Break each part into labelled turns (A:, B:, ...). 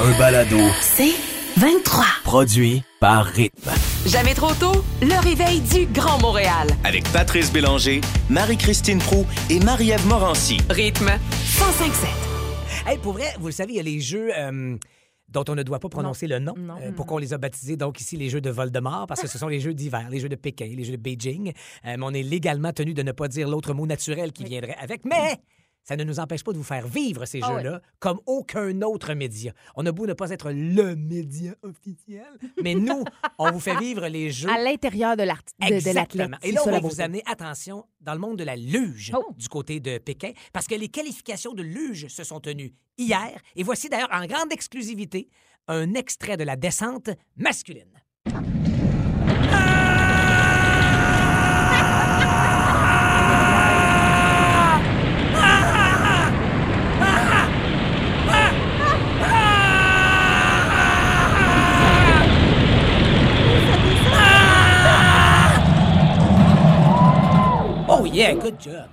A: Un balado
B: C'est 23.
A: produit par Rythme.
B: Jamais trop tôt, le réveil du Grand Montréal.
C: avec Patrice Bélanger, Marie-Christine Prou et Marie-Ève Morancy.
B: Rythme 1057.
D: Hey, pour vrai, vous le savez, il y a les jeux euh, dont on ne doit pas prononcer le nom.
E: Non.
D: euh, pourquoi on les a baptisés donc ici les jeux de Voldemort? Parce que ce sont les jeux d'hiver, les jeux de Pékin, les jeux de Beijing. Euh, mais on est légalement tenu de ne pas dire l'autre mot naturel qui viendrait avec. Mais ça ne nous empêche pas de vous faire vivre ces
E: Ah
D: jeux-là comme aucun autre média. On a beau ne pas être le média officiel, mais nous, on vous fait vivre les jeux.
E: À l'intérieur de l'art- de- de l'athlète.
D: Exactement. Et là,
E: C'est
D: on
E: ça,
D: va
E: la
D: vous
E: beauté.
D: amener, attention, dans le monde de la luge
E: Oh.
D: du côté de Pékin, parce que les qualifications de luge se sont tenues hier. Et voici d'ailleurs en grande exclusivité un extrait de la descente masculine. Oh yeah, good job!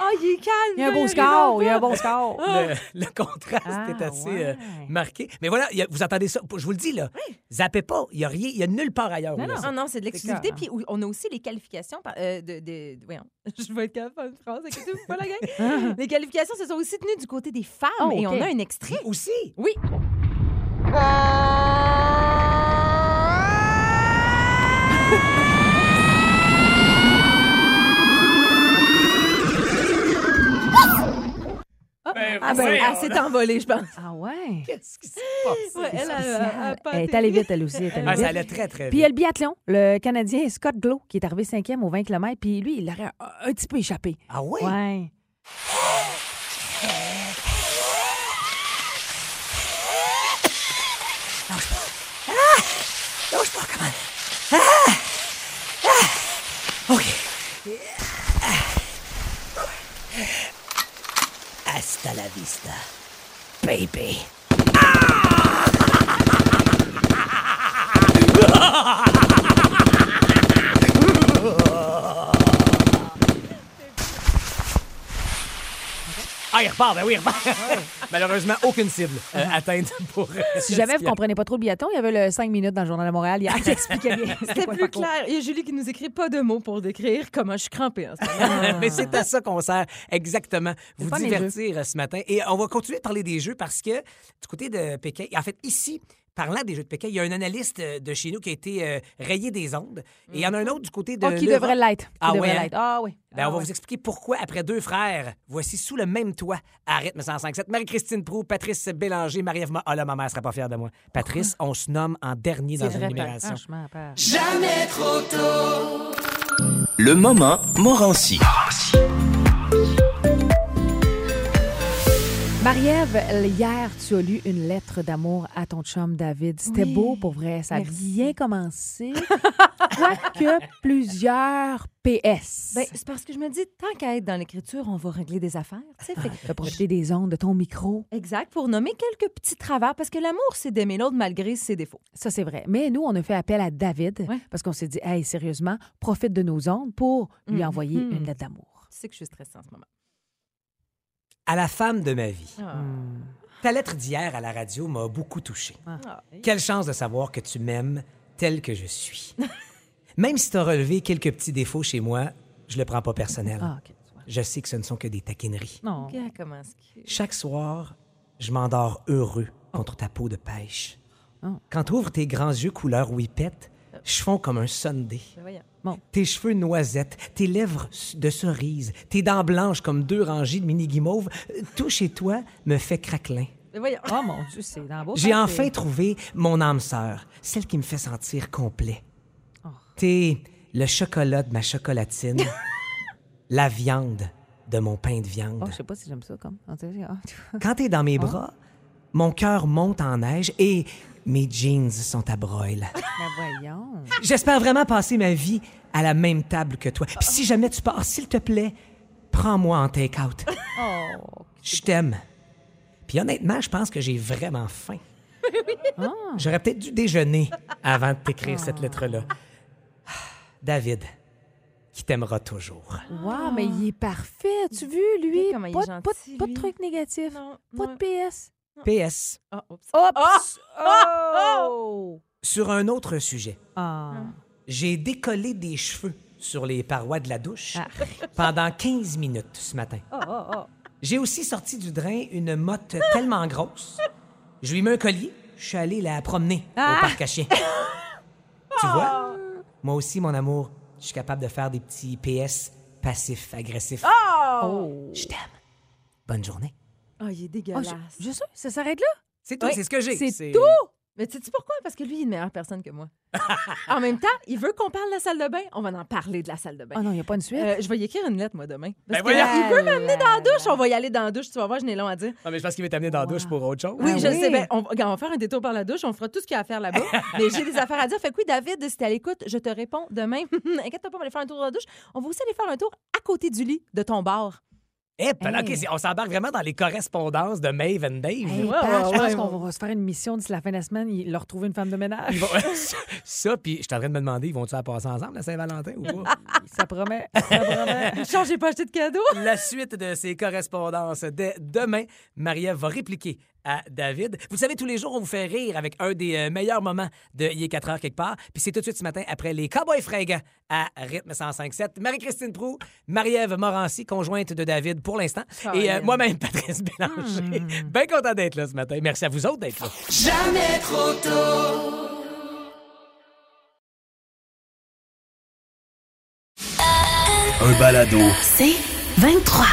F: Oh, il est calme.
E: Il y a un beau score, il y a un bon score.
D: Le, le contraste
E: Ah,
D: est assez
E: ouais.
D: euh, marqué. Mais voilà, il y a- vous entendez ça, je vous le dis là, zappez pas, il y a rien, il y a nulle part ailleurs. où
E: Non,
D: on a
E: non.
D: ça.
F: Non, non, c'est de l'exclusivité.
E: C'est
F: Puis oui, on a aussi les qualifications par- euh, de, de- Voyons, je vais être capable de phrase. Inquiétez-vous pas, la gang. les qualifications se sont aussi tenues du côté des femmes.
E: Ah. Oh,
F: Et
E: OK.
F: on a un extrait.
D: Aussi,
F: Oui. Ah, ben, elle s'est envolée, je pense.
E: Ah ouais.
D: qu'est-ce qui se passe?
F: Ouais, elle, a- elle a- elle a
E: Elle est allée vite, elle aussi. Elle est allée
D: Ah,
E: vite.
D: ça allait très, très
E: Puis il
D: vite.
E: y a le biathlon, le Canadien Scott Glow, qui est arrivé cinquième au 20 km, puis lui, il aurait un, un petit peu échappé.
D: Ah oui?
E: Ouais.
D: Lâche pas, comment? Ah! Ah! OK. Ah! Hasta la vista, baby. Ah, il repart, ben oui, il repart. Malheureusement, aucune cible euh, atteinte pour. euh,
E: Si jamais vous
D: Sofia.
E: comprenez pas trop le biathlon, il y avait le 5 minutes dans le Journal de Montréal hier qui expliquait bien.
F: C'était plus clair. Il y a Julie qui nous écrit pas de mots pour décrire comment je suis crampée en ce moment.
D: Mais c'est à ça qu'on sert exactement, vous
E: Ah. pas mes
D: divertir ce matin. Et on va continuer de parler des jeux parce que du côté de Pékin, en fait ici, parlant des jeux de Pékin, il y a un analyste euh, de chez nous qui a été euh, rayé des ondes. Et il y en a un autre du côté de
E: Ah, qui
D: l'Europe.
E: devrait l'être. Qui
D: Ah
E: devrait
D: ouais, hein?
E: l'être. Ah oui.
D: Ben,
E: Ah
D: on va
E: ouais.
D: vous expliquer pourquoi, après deux frères, voici sous le même toit, à rythme 105.7, Marie-Christine Prou, Patrice Bélanger, Marie-Ève Ma... Ah là, ma mère sera pas fière de moi. Patrice, on se nomme en dernier dans une
E: Ah. vrai,
D: numération.
E: Franchement, pas-
C: Le moment Morancy.
E: Marie-Ève, hier, tu as lu une lettre d'amour à ton chum David. C'était
F: Oui.
E: beau pour vrai. Ça a
F: Merci.
E: bien commencé. Quoique plusieurs PS.
F: Ben, c'est parce que je me dis, tant qu'à être dans l'écriture, on va régler des affaires. tu sais. Fait que-
E: T'as profité des ondes de ton micro.
F: Exact, pour nommer quelques petits travers, parce que l'amour, c'est d'aimer l'autre malgré ses défauts.
E: Ça, c'est vrai. Mais nous, on a fait appel à David
F: Ouais.
E: parce qu'on s'est dit, hey, sérieusement, profite de nos ondes pour lui
F: Mhm.
E: envoyer une lettre d'amour.
F: Tu sais que je suis stressée en ce moment.
E: Ah.
D: À la femme de ma vie,
F: Ah.
E: Hmm.
D: ta lettre d'hier à la radio m'a beaucoup touché.
F: Ah.
D: Quelle chance de savoir que tu m'aimes tel que je suis. Même si t'as relevé quelques petits défauts chez moi, je le prends pas personnel.
E: Ah, OK. tu vois.
D: Je sais que ce ne sont que des taquineries.
E: Non.
F: Ok, elle commence.
D: Chaque soir, je m'endors heureux contre ta peau de pêche.
E: Oh.
D: Quand t'ouvres tes grands yeux couleur whippette, je fonds comme un sundae.
F: Ben, voyons.
D: Tes cheveux noisettes, tes lèvres de cerise, tes dents blanches comme deux rangées de mini-guimauves, euh, tout chez toi me fait craquelin.
F: Ben, voyons.
E: Oh mon Dieu, c'est dans beau.
D: J'ai
E: papier.
D: enfin trouvé mon âme sœur, celle qui me fait sentir complet.
E: Oh.
D: T'es le chocolat de ma chocolatine, la viande de mon pain de
E: Oh,
D: viande.
E: je sais pas si j'aime ça comme. On dirait- ah, tu vois.
D: Quand t'es dans mes bras, mon cœur monte en neige et mes jeans sont à broil.
F: Ben,
E: Mais voyons.
D: J'espère vraiment passer ma vie à la même table que toi. Puis si jamais tu pars, s'il te plaît, prends-moi en take-out.
E: Oh.
D: Je t'aime. Puis honnêtement, je pense que j'ai vraiment faim. J'aurais peut-être dû déjeuner avant de t'écrire cette lettre-là. Ah, David, qui t'aimera toujours.
E: Wow, mais il est parfait. Tu vu, lui?
F: comment Ah. il est
E: pas, de-
F: gentil,
E: pas de- pas de
F: lui.
E: trucs négatifs.
F: Non,
E: Pas
F: non.
E: de PS.
G: PS,
F: Ah, oups.
E: Oups!
F: Ah! Oh!
G: sur un autre sujet,
E: Ah.
G: j'ai décollé des cheveux sur les parois de la douche pendant 15 minutes ce matin.
F: Ah. Oh, oh, oh.
G: J'ai aussi sorti du drain une motte tellement grosse. Je lui mets un collier, je suis allé la promener
F: Ah.
G: au parc à chiens. tu vois?
F: Oh.
G: Moi aussi, mon amour, je suis capable de faire des petits PS passifs, agressifs.
F: Oh.
G: Je t'aime. Bonne journée.
F: Ah, il est
E: Oh,
F: dégueulasse.
E: je, je sais, ça s'arrête là?
G: C'est tout,
F: Oui,
G: c'est ce que j'ai.
E: c'est
G: tout!
F: Mais tu sais pourquoi? Parce que lui, il est une meilleure personne que moi. en même temps, il veut qu'on parle de la salle de bain. On va en parler de la salle de bain.
E: Oh non, il n'y a pas une suite.
F: Euh, je vais y écrire une lettre, moi, demain. Parce
D: Ben voyons.
F: il veut m'amener dans la douche. On va y aller dans la douche. Tu vas voir, je n'ai long à dire.
D: Non, mais je pense qu'il va t'amener dans la douche pour autre chose.
F: Oui,
E: Ah
F: je
E: oui.
F: sais. Ben, on, regarde, on va faire un détour par la douche. On fera tout ce qu'il y a à faire là-bas. mais j'ai des affaires à dire. Fait que oui, David, si t'es à l'écoute, je te réponds demain. Inquiète-toi pas, on va aller faire un tour dans la douche. On va aussi aller faire un tour à côté du lit de ton bar.
D: Eh, ben là, OK, c'est- on s'embarque vraiment dans les correspondances de Maeve and Dave.
E: Hey,
F: Ouais,
E: Pat,
F: ouais,
E: je pense
F: ouais,
E: qu'on
F: ouais.
E: va se faire une mission d'ici la fin de la semaine, il leur trouver une femme de ménage.
D: Ils vont- ça, puis je suis en train de me demander, ils vont-tu la passer ensemble, la Saint-Valentin, ou pas?
E: ça promet. Ça promet.
F: Genre, j'ai pas acheté de cadeau.
D: la suite de ces correspondances. Dès demain, Marie-Ève va répliquer à David. Vous savez, tous les jours, on vous fait rire avec un des euh, meilleurs moments de Il est 4 heures quelque part. Puis c'est tout de suite ce matin après les Cowboys fringants à Rythme 105.7. Marie-Christine Prou, Marie-Ève Morancy, conjointe de David pour l'instant. Et euh,
F: Caroline.
D: moi-même, Patrice Bélanger. Bien content d'être là ce matin. Merci à vous autres d'être là.
C: Un balado.
H: C'est 23.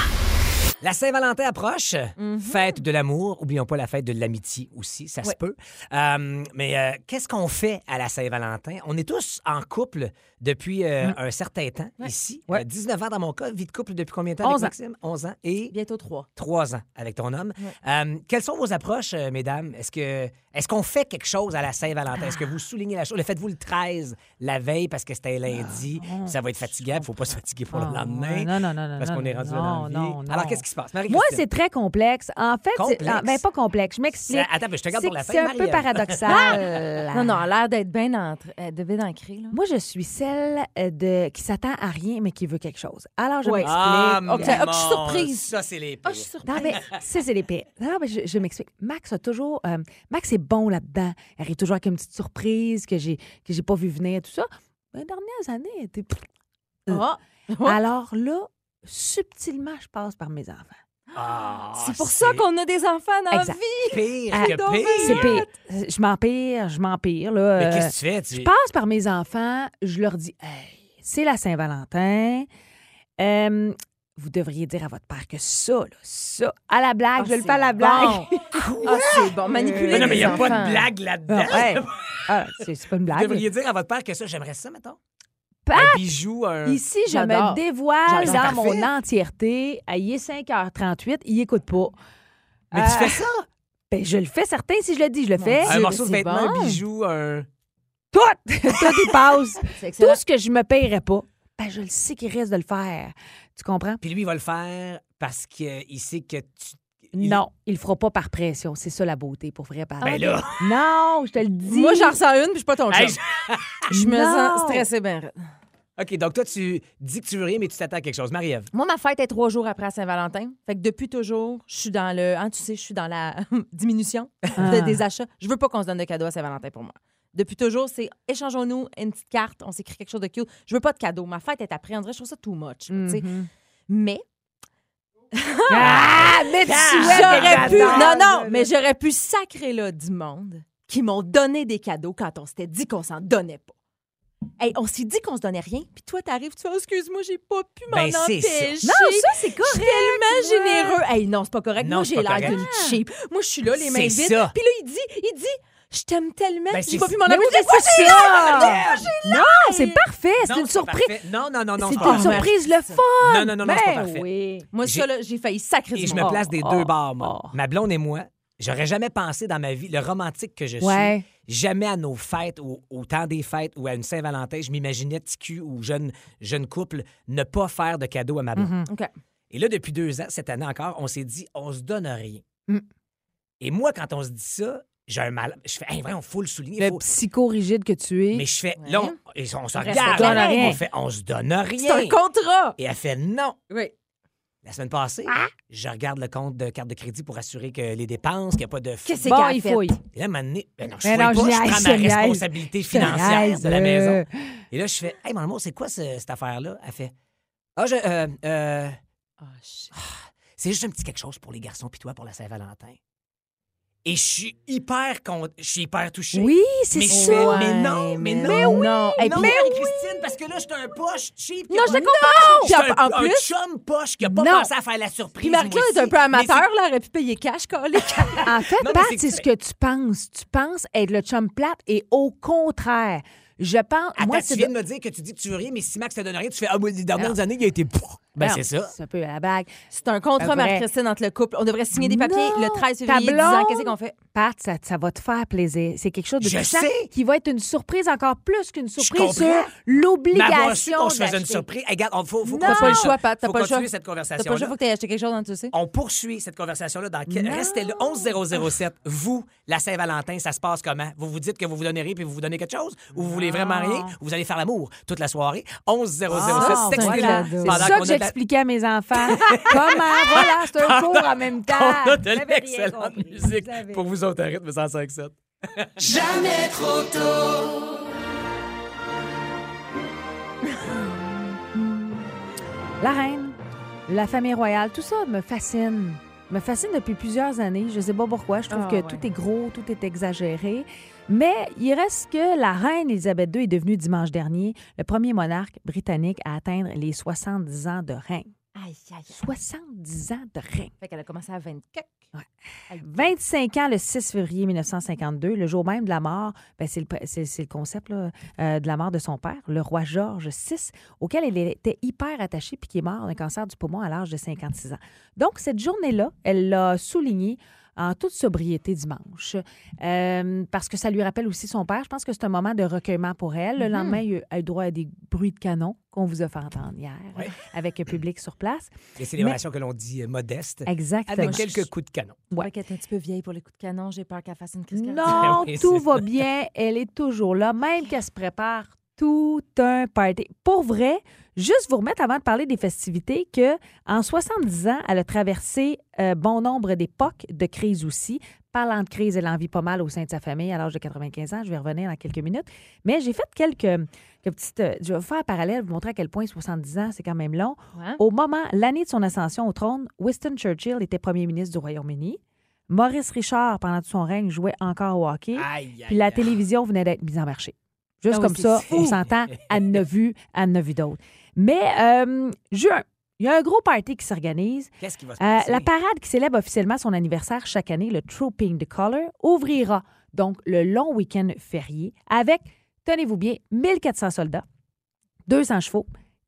D: La Saint-Valentin approche, fête de l'amour. Oublions pas la fête de l'amitié aussi, ça se peut. Euh, mais euh, qu'est-ce qu'on fait à la Saint-Valentin? On est tous en couple depuis euh, un certain temps ici. Euh, 19 ans dans mon cas, vie de couple depuis combien de temps?
E: 11 ans.
D: avec Maxime? 11 ans et
F: Bientôt trois.
D: 3 ans avec ton homme. Euh, quelles sont vos approches, euh, mesdames? Est-ce que est-ce qu'on fait quelque chose à la Saint-Valentin? Est-ce que vous soulignez la chose? Le faites-vous le 13 la veille parce que c'était lundi? puis ça va être fatigant, faut pas se fatiguer pour
E: Ah,
D: le lendemain.
E: ouais, Non, non, non, non.
D: Parce
E: non,
D: qu'on est rendu là
E: non,
D: dans la vie.
E: non, non.
D: Alors, qu'est-ce qui se passe?
E: Moi,
D: Marie-Christine?
E: c'est très complexe. En fait, c'est-
D: Complexe?
E: ah, ben, pas complexe. Je m'explique.
D: Ça- attends, mais je te garde
E: C'est
D: pour la
E: que
D: fin,
E: C'est un peu
D: Marie-Ève.
F: Ah!
D: Ah!
E: paradoxal.
F: Non, non, elle a l'air d'être bien entre... euh, de bien ancrée, là.
E: Moi, je suis celle euh, de qui s'attend à rien, mais qui veut quelque chose. Alors, je
F: Ouais.
E: m'explique.
D: Ah,
F: Ok,
D: mon
F: hop, je suis surprise.
D: Ça, c'est les
F: Ah,
D: pires.
F: je suis surprise.
E: Non, mais ça, c'est les pires. Non, mais je, je m'explique. Max a toujours. euh, Max est bon là-dedans. Il arrive toujours avec une petite surprise que j'ai que j'ai pas vu venir, tout ça. Mais Les dernières années, elle était-
F: Ah.
E: Alors là, subtilement, je passe par mes enfants.
D: Ah,
F: c'est pour ça qu'on a des enfants dans la
E: Exact.
F: vie.
D: pire
E: Ah,
D: que pire.
E: C'est pire. Euh, Je m'empire, je m'empire. là.
D: Mais
E: Euh,
D: qu'est-ce que tu fais? Tu...
E: Je passe par mes enfants, je leur dis Hey, c'est la Saint-Valentin. Euh, vous devriez dire à votre père que ça, là, ça, à la blague, je le fais à la blague.
F: Bon. Ah, c'est bon. Manipuler
D: Mais non, mais il
F: les
D: n'y a pas
F: enfants.
D: de blague là-dedans.
E: Ah, ouais. Ah, c'est c'est pas une
D: Vous
E: blague.
D: devriez dire à votre père que ça, j'aimerais ça, mettons.
E: Pat!
D: Un bijou, un...
E: Ici, je
F: J'adore.
E: me dévoile
F: J'adore.
E: dans mon entièreté. Ah, Il est 5h38, il écoute pas.
D: Mais tu fais ça?
E: Ben, je le fais certain si je le dis, je le fais.
D: Un
F: Dieu,
D: morceau de
F: mais c'est
D: vêtement,
F: bon.
D: un bijou, un...
E: Tout! Tout y passe.
F: C'est excellent.
E: Tout ce que je me paierais pas, ben, je le sais qu'il risque de le faire. Tu comprends?
D: Puis lui, il va le faire parce qu'il sait que tu... il-
E: Non, il le fera pas par pression. C'est ça la beauté, pour vrai, Pat.
D: Ben là,
E: Non, je te le dis.
F: Moi, j'en ressens une, puis je suis pas ton chum.
D: Hey,
F: Je me
E: Non.
F: sens stressée, ben.
D: OK, donc toi, tu dis que tu veux rien, mais tu t'attends à quelque chose. Marie-Ève.
F: Moi, ma fête est trois jours après Saint-Valentin. Fait que depuis toujours, je suis dans le. hein, tu sais, je suis dans la diminution de-
E: Ah.
F: des achats. Je veux pas qu'on se donne de cadeaux à Saint-Valentin pour moi. Depuis toujours, c'est échangeons-nous une petite carte, on s'écrit quelque chose de cute. Je veux pas de cadeau. Ma fête est après. On dirait, je trouve ça too much. là, tu
E: Mhm.
F: sais. Mais
E: Mm-hmm. Ah, mais tu
F: j'aurais pu. Non, non,
E: j'adore.
F: mais j'aurais pu sacrer là du monde qui m'ont donné des cadeaux quand on s'était dit qu'on s'en donnait pas. Hey, on s'est dit qu'on se donnait rien, puis toi, t'arrives, tu fais Oh, excuse-moi, j'ai pas pu m'en
D: Ben, c'est ça.
F: empêcher.
E: Non, ça, c'est
F: Je suis
E: correct.
F: tellement généreux. Hey, non, c'est pas correct.
D: Non,
F: Moi, j'ai
D: c'est pas
F: l'air
D: correct.
F: d'une cheap. Moi, je suis là, les mains
D: C'est
F: vides. Puis
D: ça.
F: là, il dit, il dit, je t'aime tellement,
D: Ben,
F: j'ai
D: c'est-
F: pas pu m'en
E: Mais oui,
F: empêcher.
E: mais c'est ça. Non, c'est parfait.
D: Non,
E: C'est une
D: c'est pas
E: surprise.
D: parfait. Non, non, non, non.
E: C'est
D: pas
E: une
D: parfait.
E: surprise, le fun.
D: Non, non, non, non, c'est pas
E: Ben
D: parfait.
E: oui.
F: Moi,
D: J'ai-
F: ça, là, j'ai failli sacrer
D: Et
F: du
D: je me
F: monde.
D: place des
E: oh,
D: deux bords, moi.
E: oh.
D: Ma blonde et moi, j'aurais jamais pensé dans ma vie, le romantique que je suis,
E: Ouais.
D: jamais à nos fêtes, au, au temps des fêtes ou à une Saint-Valentin, je m'imaginais TQ ou jeune, jeune couple ne pas faire de cadeau à ma
E: Mhm.
D: blonde.
F: OK.
D: Et là, depuis deux ans, cette année encore, on s'est dit, on se donne rien.
E: Mm.
D: Et moi, quand on se dit ça, j'ai un mal. Je fais, hey, vraiment, faut le souligner.
E: Le
D: faut-
E: psycho-rigide que tu es.
D: Mais je fais, là, on, et on se regarde.
E: donne rien.
D: On fait, on se donne
F: C'est un
D: rien.
F: contrat.
D: Et elle fait, non.
F: Oui.
D: La semaine passée, je regarde le compte de carte de crédit pour assurer que les dépenses, qu'il n'y a pas de
F: Qu'est-ce
E: Bon,
F: qu'il a
E: il
F: fait?
E: fouille.
D: et là, à un moment donné, ben non, je
E: Mais
D: fouille
E: non, je
D: pas, je
E: niaise,
D: prends ma
E: je niaise.
D: responsabilité
E: Je
D: financière
E: niaise,
D: de la maison.
E: euh.
D: Et là, je fais, hey, maman, c'est quoi ce- cette affaire-là? Elle fait, ah, je, euh, euh,
E: Ah,
D: c'est juste un petit quelque chose pour les garçons, puis toi pour la Saint-Valentin. Et je suis hyper con- je suis hyper touché.
E: Oui, c'est
D: mais je
E: ça.
D: fais, mais non, mais non. Mais oui!
F: Non.
E: Et
D: non,
E: puis-
D: Christine, parce que là, j'étais un poche cheap. qui
F: Non,
D: a
F: je
D: pas-
F: te comprends.
D: J'étais
F: Puis en-
D: un,
F: en
D: un
F: plus-
D: chum poche qui a pas
E: Non.
D: pensé à faire la surprise.
F: Puis Marc-Claude
D: moi
F: est un
D: aussi.
F: peu
D: Mais c'est-
F: amateur, là, aurait pu payer cash, collé.
E: En fait,
D: mais
E: Pat,
D: c'est que
E: c'est
D: tu-
E: ce que tu penses. Tu penses être le chum plate et au contraire, je pense. moi,
D: Attends,
E: c'est
D: tu viens de me dire que tu dis que tu veux rien, mais si Max te donne rien, tu fais Ah, moi, les dernières années, il a été. Ben,
E: Non,
D: c'est ça.
E: C'est un peu la bague.
F: C'est un
E: C'est vrai.
F: contrat, Marie-Christine, entre le couple. On devrait signer des papiers
E: Non.
F: le 13
E: Ta
F: février, disant
E: blonde-
F: qu'est-ce qu'on fait.
E: Pat, ça, ça va te faire plaisir. C'est quelque chose de
D: Je
E: touchant
D: sais.
E: qui va être une surprise encore plus qu'une surprise
D: comprends.
E: sur
D: Mais avoir su
E: l'obligation
D: qu'on se faisait une
E: d'acheter.
D: surprise. Hey, regarde, on- faut, faut
F: T'as pas le choix, Pat. T'as
D: Faut
F: pas le
D: continuer
F: choix. T'as pas le
D: cette
F: choix,
D: conversation-là.
F: faut que t'aies acheté quelque chose dans tu sais.
D: On poursuit cette conversation-là dans quel...
E: Non.
D: Restez là. 11007. Vous, la Saint-Valentin, ça se passe comment? Vous vous dites que vous vous donnez rien puis vous vous donnez quelque chose? Ou vous voulez vraiment rien? Ou vous allez faire l'amour toute la soirée? 11007.
E: Ah, voilà.
D: Textez-nous
E: C'est
D: pendant
E: ça
D: qu'on
E: que
D: a de la-
E: j'expliquais à mes enfants. Comment, voilà, c'est un cours en même temps.
D: On a de
E: Vous avez rien
D: l'excellente
E: compris.
D: musique
E: Vous avez-
D: pour vous autres à rythme 105.7.
E: La reine, la famille royale, tout ça me fascine. Me fascine depuis plusieurs années. Je sais pas pourquoi. Je trouve
F: Ah,
E: que
F: ouais.
E: tout est gros, tout est exagéré. Mais il reste que la reine Élisabeth II est devenue dimanche dernier le premier monarque britannique à atteindre les 70 ans de règne.
F: Aïe, aïe, aïe.
E: 70 ans de règne.
F: Fait qu'elle a commencé à 24.
E: Ouais.
F: Aïe.
E: 25 ans le 6 février 1952, le jour même de la mort, ben, c'est le, c'est- c'est le concept là, euh, de la mort de son père, le roi George VI, auquel elle était hyper attachée puis qui est mort d'un cancer du poumon à l'âge de 56 ans. Donc, cette journée-là, elle l'a soulignée en toute sobriété dimanche, euh, parce que ça lui rappelle aussi son père. Je pense que c'est un moment de recueillement pour elle.
D: Mm-hmm.
E: Le lendemain, il y a eu- elle a eu droit à des bruits de canon qu'on vous a fait entendre hier
D: Ouais.
E: avec le public sur place.
D: Les célébrations que l'on dit euh, modestes
E: Exactement.
D: avec quelques coups de canon.
E: Ouais.
F: Ouais, qu'elle est un petit peu vieille pour les coups de canon, j'ai peur qu'elle fasse une crise cardiaque.
D: Ben
E: Non,
D: Oui,
E: tout
D: c'est-
E: va bien. Elle est toujours là, même qu'elle se prépare tout un party. Pour vrai, juste vous remettre avant de parler des festivités que en 70 ans, elle a traversé euh, bon nombre d'époques de crises aussi. Parlant de crise, elle en vit pas mal au sein de sa famille à l'âge de 95 ans. Je vais revenir dans quelques minutes. Mais j'ai fait quelques, quelques petites... euh, je vais vous faire un parallèle, vous montrer à quel point 70 ans, c'est quand même long.
F: Ouais.
E: Au moment, l'année de son ascension au trône, Winston Churchill était premier ministre du Royaume-Uni. Maurice Richard, pendant tout son règne, jouait encore au hockey.
D: Aïe, aïe,
E: Puis la
D: aïe.
E: télévision venait d'être mise en marché. Juste
F: Ah oui,
E: comme
F: c'est
E: ça,
F: fou.
E: on s'entend, elle n'a vu, elle n'a vu d'autres. Mais euh, juin, il y a un gros party qui s'organise.
D: Qu'est-ce qui va se
E: Euh,
D: passer?
E: la parade qui célèbre officiellement son anniversaire chaque année, le Trooping the Color, ouvrira donc le long week-end férié avec, tenez-vous bien, 1400 soldats, 200 chevaux,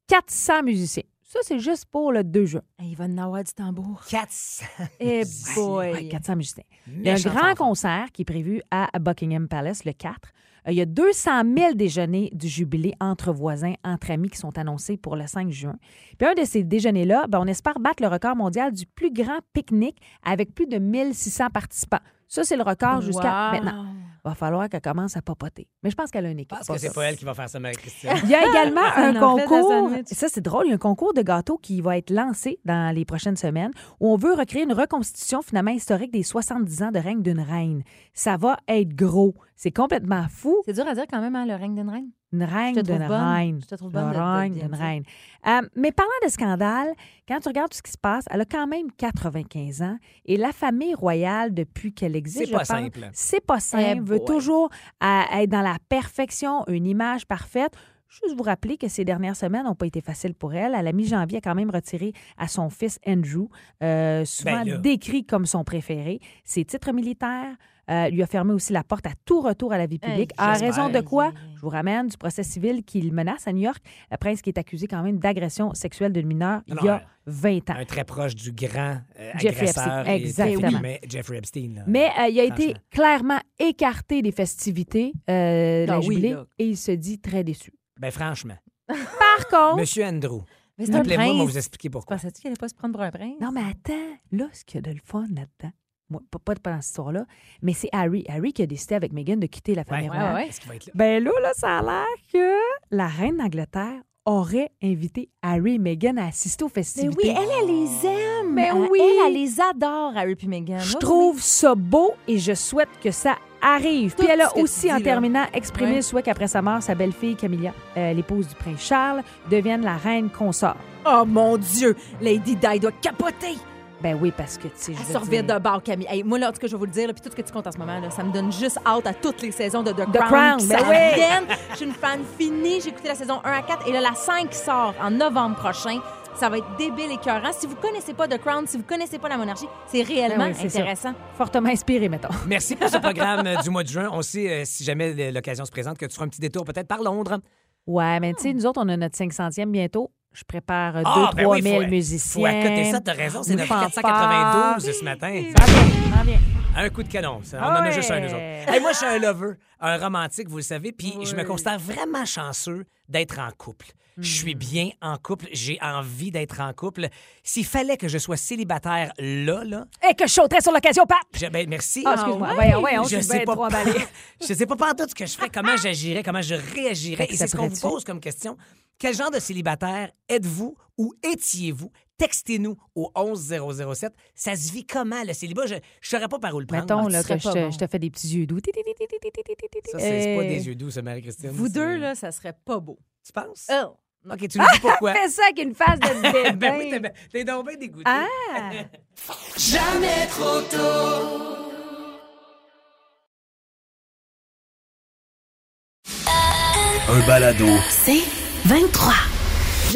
E: 400 musiciens. Ça, c'est juste pour le 2 juin.
F: Hey, il va en avoir du tambour.
D: 400.
F: Eh boy.
E: Ouais, 400 musiciens. Il y a un grand concert qui est prévu à Buckingham Palace le 4. Euh, Il y a 200 000 déjeuners du jubilé entre voisins, entre amis qui sont annoncés pour le 5 juin. Puis un de ces déjeuners-là, ben, on espère battre le record mondial du plus grand pique-nique avec plus de 1600 participants. Ça, c'est le record jusqu'à
F: Wow.
E: maintenant. Va falloir qu'elle commence à papoter. Mais je pense qu'elle a une équipe.
D: Parce que c'est
E: ça.
D: pas elle qui va faire ça, Marie-Christine.
E: Il y a également un
F: en fait des
E: concours.
F: sandwichs.
E: Ça, c'est drôle. Il y a un concours de gâteaux qui va être lancé dans les prochaines semaines où on veut recréer une reconstitution finalement historique des 70 ans de règne d'une reine. Ça va être gros. C'est complètement fou.
F: C'est dur à dire quand même, hein, le règne d'une reine.
E: Une
F: Je
E: reine
F: te trouve
E: d'une
F: bonne.
E: reine.
F: Je te trouve
E: Une
F: bonne de- de-
E: reine
F: de-
E: d'une
F: de-
E: reine. Euh, mais parlant de scandale, quand tu regardes tout ce qui se passe, elle a quand même 95 ans et la famille royale, depuis qu'elle existe,
D: C'est
E: je
D: pas
E: pense,
D: simple.
E: c'est pas simple, veut
F: Eh boy.
E: toujours euh, être dans la perfection, une image parfaite. Juste vous rappeler que ces dernières semaines n'ont pas été faciles pour elle. À la mi-janvier, elle a quand même retiré à son fils Andrew, euh, souvent
D: Ben là.
E: décrit comme son préféré, ses titres militaires. euh, lui a fermé aussi la porte à tout retour à la vie publique.
F: Aïe,
E: à raison de
F: j'espère.
E: quoi? Je vous ramène du procès civil qui le menace à New York. Le prince qui est accusé quand même d'agression sexuelle d'une mineure il y
D: Alors,
E: a 20 ans.
D: un très proche du grand euh,
E: Ah. Jeffrey
D: agresseur
E: Epstein,
D: et
E: exactement.
D: trafiquant, mais Jeffrey Epstein. là.
E: Mais euh, il a été
D: Franchement.
E: clairement écarté des festivités euh, de la
F: Ah oui,
E: Jubilée
F: là.
E: et il se dit très déçu.
D: Ben franchement,
E: Par contre,
D: Monsieur Andrew,
F: Mais c'est un
D: appelez-moi,
F: prince.
D: on va vous expliquer pourquoi.
F: Pensais-tu qu'elle allait pas se prendre pour un prince?
E: non mais attends, là ce qu'il y a de le fun là-dedans, moi, pas, pas de pas dans cette histoire-là, mais c'est Harry, Harry qui a décidé avec Meghan de quitter la famille
F: Ouais,
E: royale.
F: ouais.
D: Est-ce qu'il va être là?
E: Ben là, là, ça a l'air que la reine d'Angleterre aurait invité Harry et Meghan à assister aux
F: Mais
E: festivités.
F: oui, elle, elle les aime.
E: Mais
F: Elle-
E: oui.
F: Elle, elle les adore, Harry puis Meghan.
E: Je
F: Euh, Oui,
E: trouve ça beau et je souhaite que ça arrive.
F: Tout
E: Puis elle
F: ce
E: a
F: que tu dis,
E: aussi, en
F: là.
E: terminant, exprimé
F: Ouais.
E: le souhait qu'après sa mort, sa belle-fille Camilla, euh, l'épouse du prince Charles, devienne la reine consort.
F: oui. Oh mon Dieu, Lady Di doit capoter.
E: Ben oui, parce que, tu sais, je
F: Elle
E: veux
F: se revient
E: dire-
F: d'un bar, Camille. Hey, moi, là, en tout cas, je vais vous le dire, là, puis tout ce que tu comptes en ce moment, là, ça me donne juste hâte à toutes les saisons de The, Crown.
E: Crown,
F: qui
E: ben
F: s'en
E: oui.
F: viennent. Je suis une fan finie. J'ai écouté la saison 1 à 4 et là, la 5 sort en novembre prochain. Ça va être débile et cœurant. Si vous connaissez pas The Crown, si vous connaissez pas la monarchie, c'est réellement
E: Ben oui, c'est ça.
F: intéressant.
E: fortement inspirée, mettons.
D: Merci pour ce programme euh, du mois de juin. On sait, euh, si jamais l- l'occasion se présente, que tu feras un petit détour peut-être par Londres.
E: Ouais, mais tu sais, nous autres, on a notre 500e bientôt. Je prépare 2-3
D: Ah, ben oui,
E: 000
D: faut-
E: musiciens.
D: Faut accoter ça, t'as raison, c'est
E: une
D: notre
E: fanfare.
D: 492 ce matin.
E: Ça va bien,
D: Un coup de canon. ça, on
E: Ah
D: en a
E: ouais.
D: juste un, nous autres. Hey, moi, je suis un lover, un romantique, vous le savez, puis je me considère vraiment chanceux d'être en couple. Je
E: Hmm.
D: suis bien en couple, j'ai envie d'être en couple. S'il fallait que je sois célibataire là, là,
E: Et que je sauterais sur l'occasion, Pat!
D: j'ai- ben, merci.
E: Ah, excuse-moi.
F: ouais?
E: Voyons, voyons,
D: je
E: je suis
D: sais
E: bien
D: pas,
E: trop emballée.
D: je sais pas partout ce que je ferais, comment j'agirais, comment je réagirais.
E: Fait que
D: Et c'est ce qu'on vous
E: t'accepterais-tu?
D: pose comme question. Quel genre de célibataire êtes-vous ou étiez-vous? Textez-nous au 11007. Ça se vit comment, le célibat? Je ne saurais pas par où le prendre.
E: Mettons là,
F: Ah, serais
E: que je
F: pas
E: te,
F: bon.
E: je te fais des petits yeux doux.
D: Ça, c'est c'est pas
E: Euh,
D: des yeux doux, ça, Marie-Christine.
F: Vous
D: C'est-
F: deux, là, ça serait pas beau.
D: Tu penses?
F: Oh.
D: OK, tu nous dis
F: Ah.
D: pourquoi.
E: Fais ça avec une face de bébé.
D: ben oui, t'es ben- t'es donc bien dégoûté.
E: Ah!
C: Un balado.
I: C'est 23.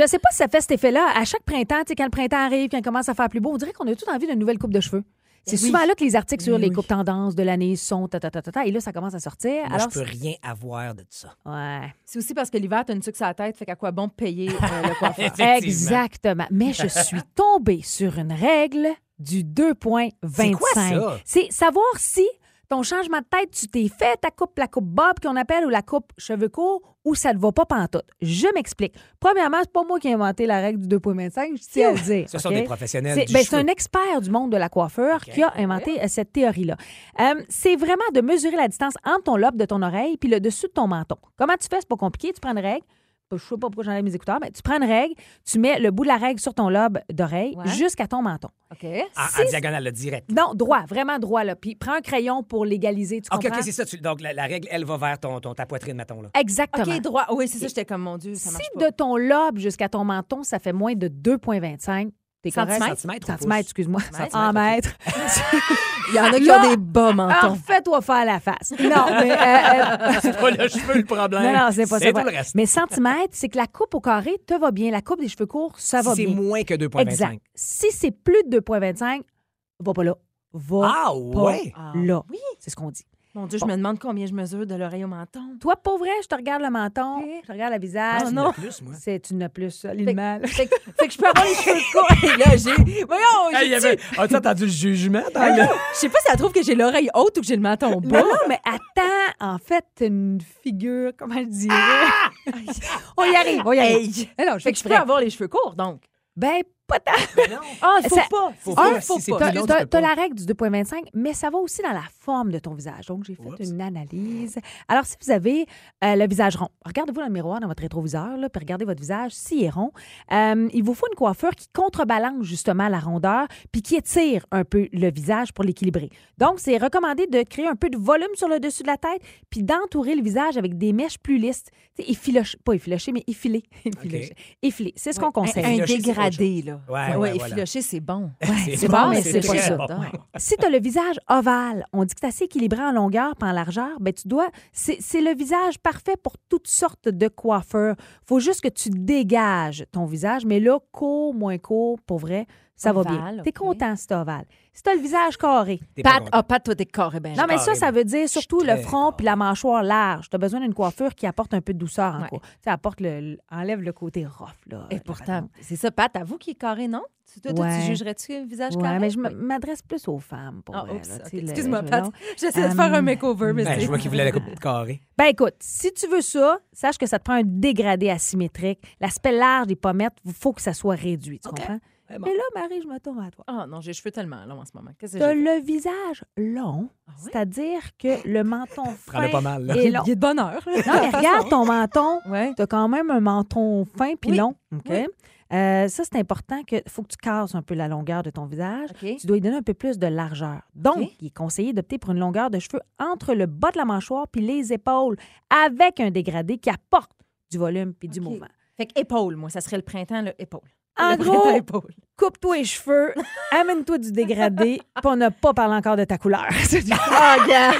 E: Je sais pas si ça fait cet effet-là. À chaque printemps, tu sais, quand le printemps arrive, quand il commence à faire plus beau, on dirait qu'on a tout envie d'une nouvelle coupe de
D: Ben
E: cheveux. C'est souvent là que les articles sur les coupes tendances de l'année sont ta, ta, ta, ta, ta, et là, ça commence à sortir.
D: Moi,
E: Alors,
D: je peux rien avoir de ça.
E: c'est- ouais.
F: C'est aussi parce que l'hiver, t'as une tuque à la tête, fait qu'à quoi bon payer euh, le coiffeur?
D: Effectivement.
E: Exactement. Mais je suis tombée sur une règle du 2,25.
D: quoi ça?
E: C'est savoir si ton changement de tête, tu t'es fait ta coupe, la coupe bob qu'on appelle ou la coupe cheveux courts ou ça ne va pas pantoute. Je m'explique. Premièrement, c'est pas moi qui ai inventé la règle du 2,25, je tiens à le dire.
D: Ce sont
E: OK?
D: des professionnels
E: C'est
D: du
E: ben, c'est
D: cheveu.
E: un expert du monde de la coiffure qui a inventé euh, cette théorie-là. Euh, c'est vraiment de mesurer la distance entre ton lobe de ton oreille puis le dessus de ton menton. Comment tu fais? C'est pas compliqué. Tu prends une règle. Je sais pas pourquoi j'enlève mes écouteurs, mais tu prends une règle, tu mets le bout de la règle sur ton lobe d'oreille
F: Ouais.
E: jusqu'à ton menton.
F: OK.
D: En, en
E: Si-
D: diagonale, le direct.
E: Non, droit, vraiment droit, là. Puis prends un crayon pour l'égaliser, tu
D: OK,
E: comprends?
D: OK, c'est ça. tu- donc, la, la règle, elle va vers ton, ton- ta poitrine, mettons. Là.
E: Exactement.
F: OK, droit. Oui, c'est ça, j'étais comme, mon Dieu, ça marche
E: si
F: pas.
E: de ton lobe jusqu'à ton menton, ça fait moins de 2,25, t'es correct?
F: Centimètres?
D: Centimètre ou
E: Centimètres, excuse-moi.
F: Centimètres,
E: En
D: ok.
E: mètres.
F: Il y en a qui
E: Là-
F: ont des bas
E: Alors,
F: mentons.
E: fais-toi faire la face. Non, mais. euh, euh,
D: pouce? C'est pas le cheveu le problème.
E: non, non, c'est pas ça.
D: C'est tout le reste.
E: Mais centimètres, c'est que la coupe au carré te va bien. La coupe des cheveux courts, ça va
D: Si c'est
E: bien.
D: moins que 2,25.
E: Exact. Si c'est plus de 2,25, va pas là. Va
D: Ah,
E: pas
D: ouais.
E: là. C'est ce qu'on dit.
F: Mon Dieu, je me demande combien je mesure de l'oreille au menton.
E: Toi, pour vrai, je te regarde le menton, je te regarde le visage.
F: Ah,
D: Tu
F: non.
D: l'as plus, moi.
E: C'est une plus, ça,
F: Fait,
E: l'animal.
F: que- fait que- fait que je peux avoir les cheveux courts. Et là, j'ai. Voyons,
D: Hey, il y
F: j'ai.
D: avait- As-tu entendu le jugement? dans le-
F: Je sais pas si elle trouve que j'ai l'oreille haute ou que j'ai le menton
E: Non,
F: bas.
E: non, mais attends, en fait, t'as une figure, comment je dirais? on y arrive, on y arrive. Mais non, je
F: Ah! Fait
E: fais
F: que je peux
E: exprès.
F: avoir les cheveux courts, donc.
E: Ben, pas tant.
F: Ah,
E: faut Ça-
F: pas.
D: Faut
E: Un,
D: pas,
F: faut
D: si c'est
F: pas.
D: plus
E: T'as-
D: long, tu
E: T'as
D: peux
E: t'as
D: pas.
E: la règle du 2,25, mais ça va aussi dans la forme de ton visage. Donc, j'ai fait
D: Oups.
E: une analyse. Alors, si vous avez euh, le visage rond, regardez-vous dans le miroir, dans votre rétroviseur, là, puis regardez votre visage, s'il est rond. Euh, il vous faut une coiffure qui contrebalance justement la rondeur, puis qui étire un peu le visage pour l'équilibrer. Donc, c'est recommandé de créer un peu de volume sur le dessus de la tête, puis d'entourer le visage avec des mèches plus lisses. Tu sais, effiloché, pas effiloché, mais effilé. Effiloché. Effilé, c'est ce qu'on conseille.
F: Un,
D: Effiloché, c'est autre
F: dégradé, là.
D: Ouais, ouais,
F: ouais,
D: voilà.
F: effiloché, c'est bon.
E: Ah, c'est bon, mais c'est
D: très
E: pas ça.
D: bon.
E: si tu as le visage ovale, on dit que c'est assez équilibré en longueur pas en largeur, ben tu dois. C'est c'est le visage parfait pour toutes sortes de coiffeurs. faut juste que tu dégages ton visage, mais là, court, moins court, pour vrai, ça va bien.
F: Ovale,
E: T'es
F: ok.
E: content si t'es ovale. Si t'as le visage carré.
D: T'es pas
F: Pat,
D: content.
F: ah, Pat, toi, t'es carré, ben.
E: Non, mais ça,
D: carré,
E: ça veut dire surtout le
D: très
E: front puis la mâchoire large. T'as besoin d'une coiffure qui apporte un peu de douceur en
F: Ouais.
E: cours. Tu sais, apporte le, le- enlève le côté rough, là.
F: Et
E: la
F: eh, pourtant,
E: patente.
F: c'est ça, Pat, à vous qui est carré, non? Tu- Toi, toi,
E: Ouais.
F: tu jugerais-tu un visage
E: Ouais,
F: carré?
E: mais je m-
F: Oui.
E: m'adresse plus aux femmes, pour
F: Ah,
E: vrai,
F: oups,
E: là, tu
F: ok.
E: sais, le-
F: Excuse-moi,
E: je-
F: Pat.
E: non.
F: J'essaie de faire un
E: Hum.
F: makeover, mais
D: Ben,
F: c'est...
D: je vois qu'il voulait la coupe carrée.
E: Ben écoute, si tu veux ça, sache que ça te prend un dégradé asymétrique. L'aspect large des pommettes, il faut que ça soit réduit, tu comprends? Et là, Marie, je me tourne à toi.
F: Ah non, j'ai les cheveux tellement longs en ce moment. Qu'est-ce que
E: T'as
F: j'ai Ah
E: le visage long, c'est-à-dire que le menton fin
D: Prends-le pas mal, là.
E: est long.
F: Il est de bonne heure.
E: Non, mais regarde ton menton.
F: Ouais.
E: Tu as quand même un menton fin puis
F: Oui.
E: long. OK?
F: Oui.
E: Euh, ça, c'est important que faut que tu casses un peu la longueur de ton visage.
F: OK.
E: Tu dois lui donner un peu plus de largeur. Donc,
F: OK.
E: il est conseillé d'opter pour une longueur de cheveux entre le bas de la mâchoire puis les épaules, avec un dégradé qui apporte du volume puis du
F: OK.
E: mouvement.
F: Fait que épaule, moi, ça serait le printemps, le épaule.
E: En
F: Le
E: gros,
F: printemps, épaule.
E: coupe-toi les cheveux, amène-toi du dégradé, puis on n'a pas parlé encore de ta couleur.
F: Ah, gars!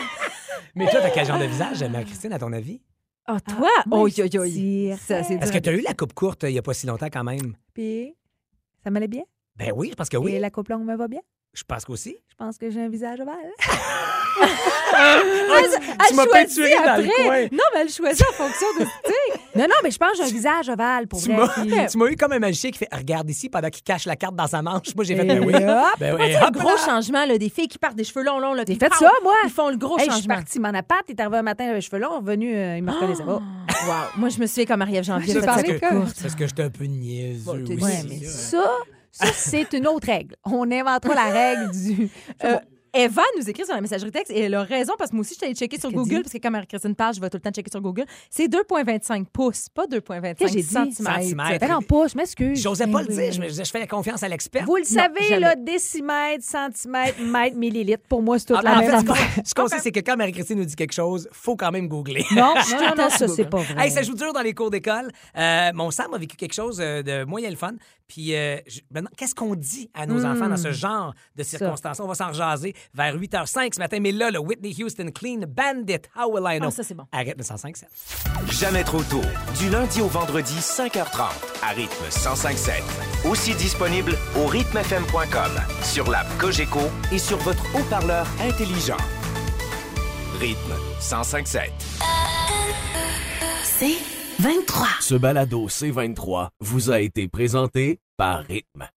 D: Mais toi, t'as quel genre de visage, Marie-Christine, à ton avis?
F: Ah, toi?
E: moi,
F: oh,
E: je
F: yo, yo, yo.
E: dirais-
F: Ça, c'est
D: Parce que
F: dur.
D: t'as eu la coupe courte euh, il n'y a pas si longtemps quand même.
E: Puis, ça m'allait bien?
D: Ben oui, parce que oui.
E: Et la coupe longue me va bien?
D: Je pense qu'aussi.
E: Je pense que j'ai un visage ovale. Ah,
D: Ah, tu m'as
F: choisit
D: peinturé dans le
F: après.
D: coin.
F: Non, mais elle choisit en fonction de. Tu sais,
E: Non, non, mais je pense que j'ai un visage ovale pour
D: Tu
E: vrai,
D: m'as
E: puis-
D: tu m'as eu comme un magicien qui fait Regarde ici pendant qu'il cache la carte dans sa manche. Moi, j'ai fait
E: Et
D: Ben oui.
E: hop.
D: Ben oui,
F: c'est le
D: hop
F: gros
D: là.
F: changement, là, des filles qui partent des cheveux longs, longs. là,
E: J'ai
F: puis
E: fait
F: pow!
E: ça, moi.
F: Ils font le gros
E: Hey, je suis
F: changement. Ah,
E: partie, m'en appart, t'es arrivé un matin avec les cheveux longs, revenu, euh,
D: Ah!
E: il me reconnaissait pas.
F: Wow. Moi, je me souviens quand Marie-Ève Janvier
E: Je
F: a fait
E: pensais
F: sa coupe
E: que-
F: courte.
D: C'est parce que j'étais un peu niaiseux
F: Bon, t'es-
D: aussi.
E: Ouais,
F: Oui,
E: mais
F: c'est
E: ça, ça c'est une autre règle. On inventera la règle du.
F: Euh, Eva nous écrit sur la messagerie texte et elle a raison parce que moi aussi, je suis allée checker sur
E: qu'elle
F: Google
E: dit?
F: parce que quand Marie-Christine parle, je vais tout le temps checker sur Google. C'est 2,25 pouces, pas 2,25
E: Qu'est-ce que j'ai dit?
D: Centimètres.
E: Ben non, pas, je m'excuse.
D: J'osais pas le
E: Ben oui,
D: dire.
E: oui.
D: Je me disais, Je fais la confiance à l'expert.
E: Vous le savez,
F: jamais.
E: là, décimètre, centimètre, mètre, millilitre, pour moi, c'est toute
D: Ah,
E: la
D: en
E: même
D: fait, ce
E: affaire.
D: qu'on- ce qu'on sait, c'est que quand Marie-Christine nous dit quelque chose, faut quand même googler.
E: Non, non, non,
F: attends,
E: ça,
F: c'est
E: c'est
F: beau,
E: pas vrai.
D: Hey, ça joue dur dans les cours d'école. Euh, mon Sam a vécu quelque chose euh, de moyen le fun. Puis, euh, je- ben non, qu'est-ce qu'on dit à nos enfants dans
F: Hmm.
D: ce genre de circonstances? On va s'en rejaser vers 8h05 ce matin. Mais là, le Whitney Houston Clean Bandit, How Will I Know?
F: Ah, ça, c'est bon.
D: Arrête le 105
C: Jamais trop tôt. Du lundi au vendredi, 5h30, à rythme 1057. Aussi disponible au rythmefm.com, sur l'app Cogeco et sur votre haut-parleur intelligent. Rythme 1057.
B: C'est 23.
A: Ce balado C23 vous a été présenté par Rythme.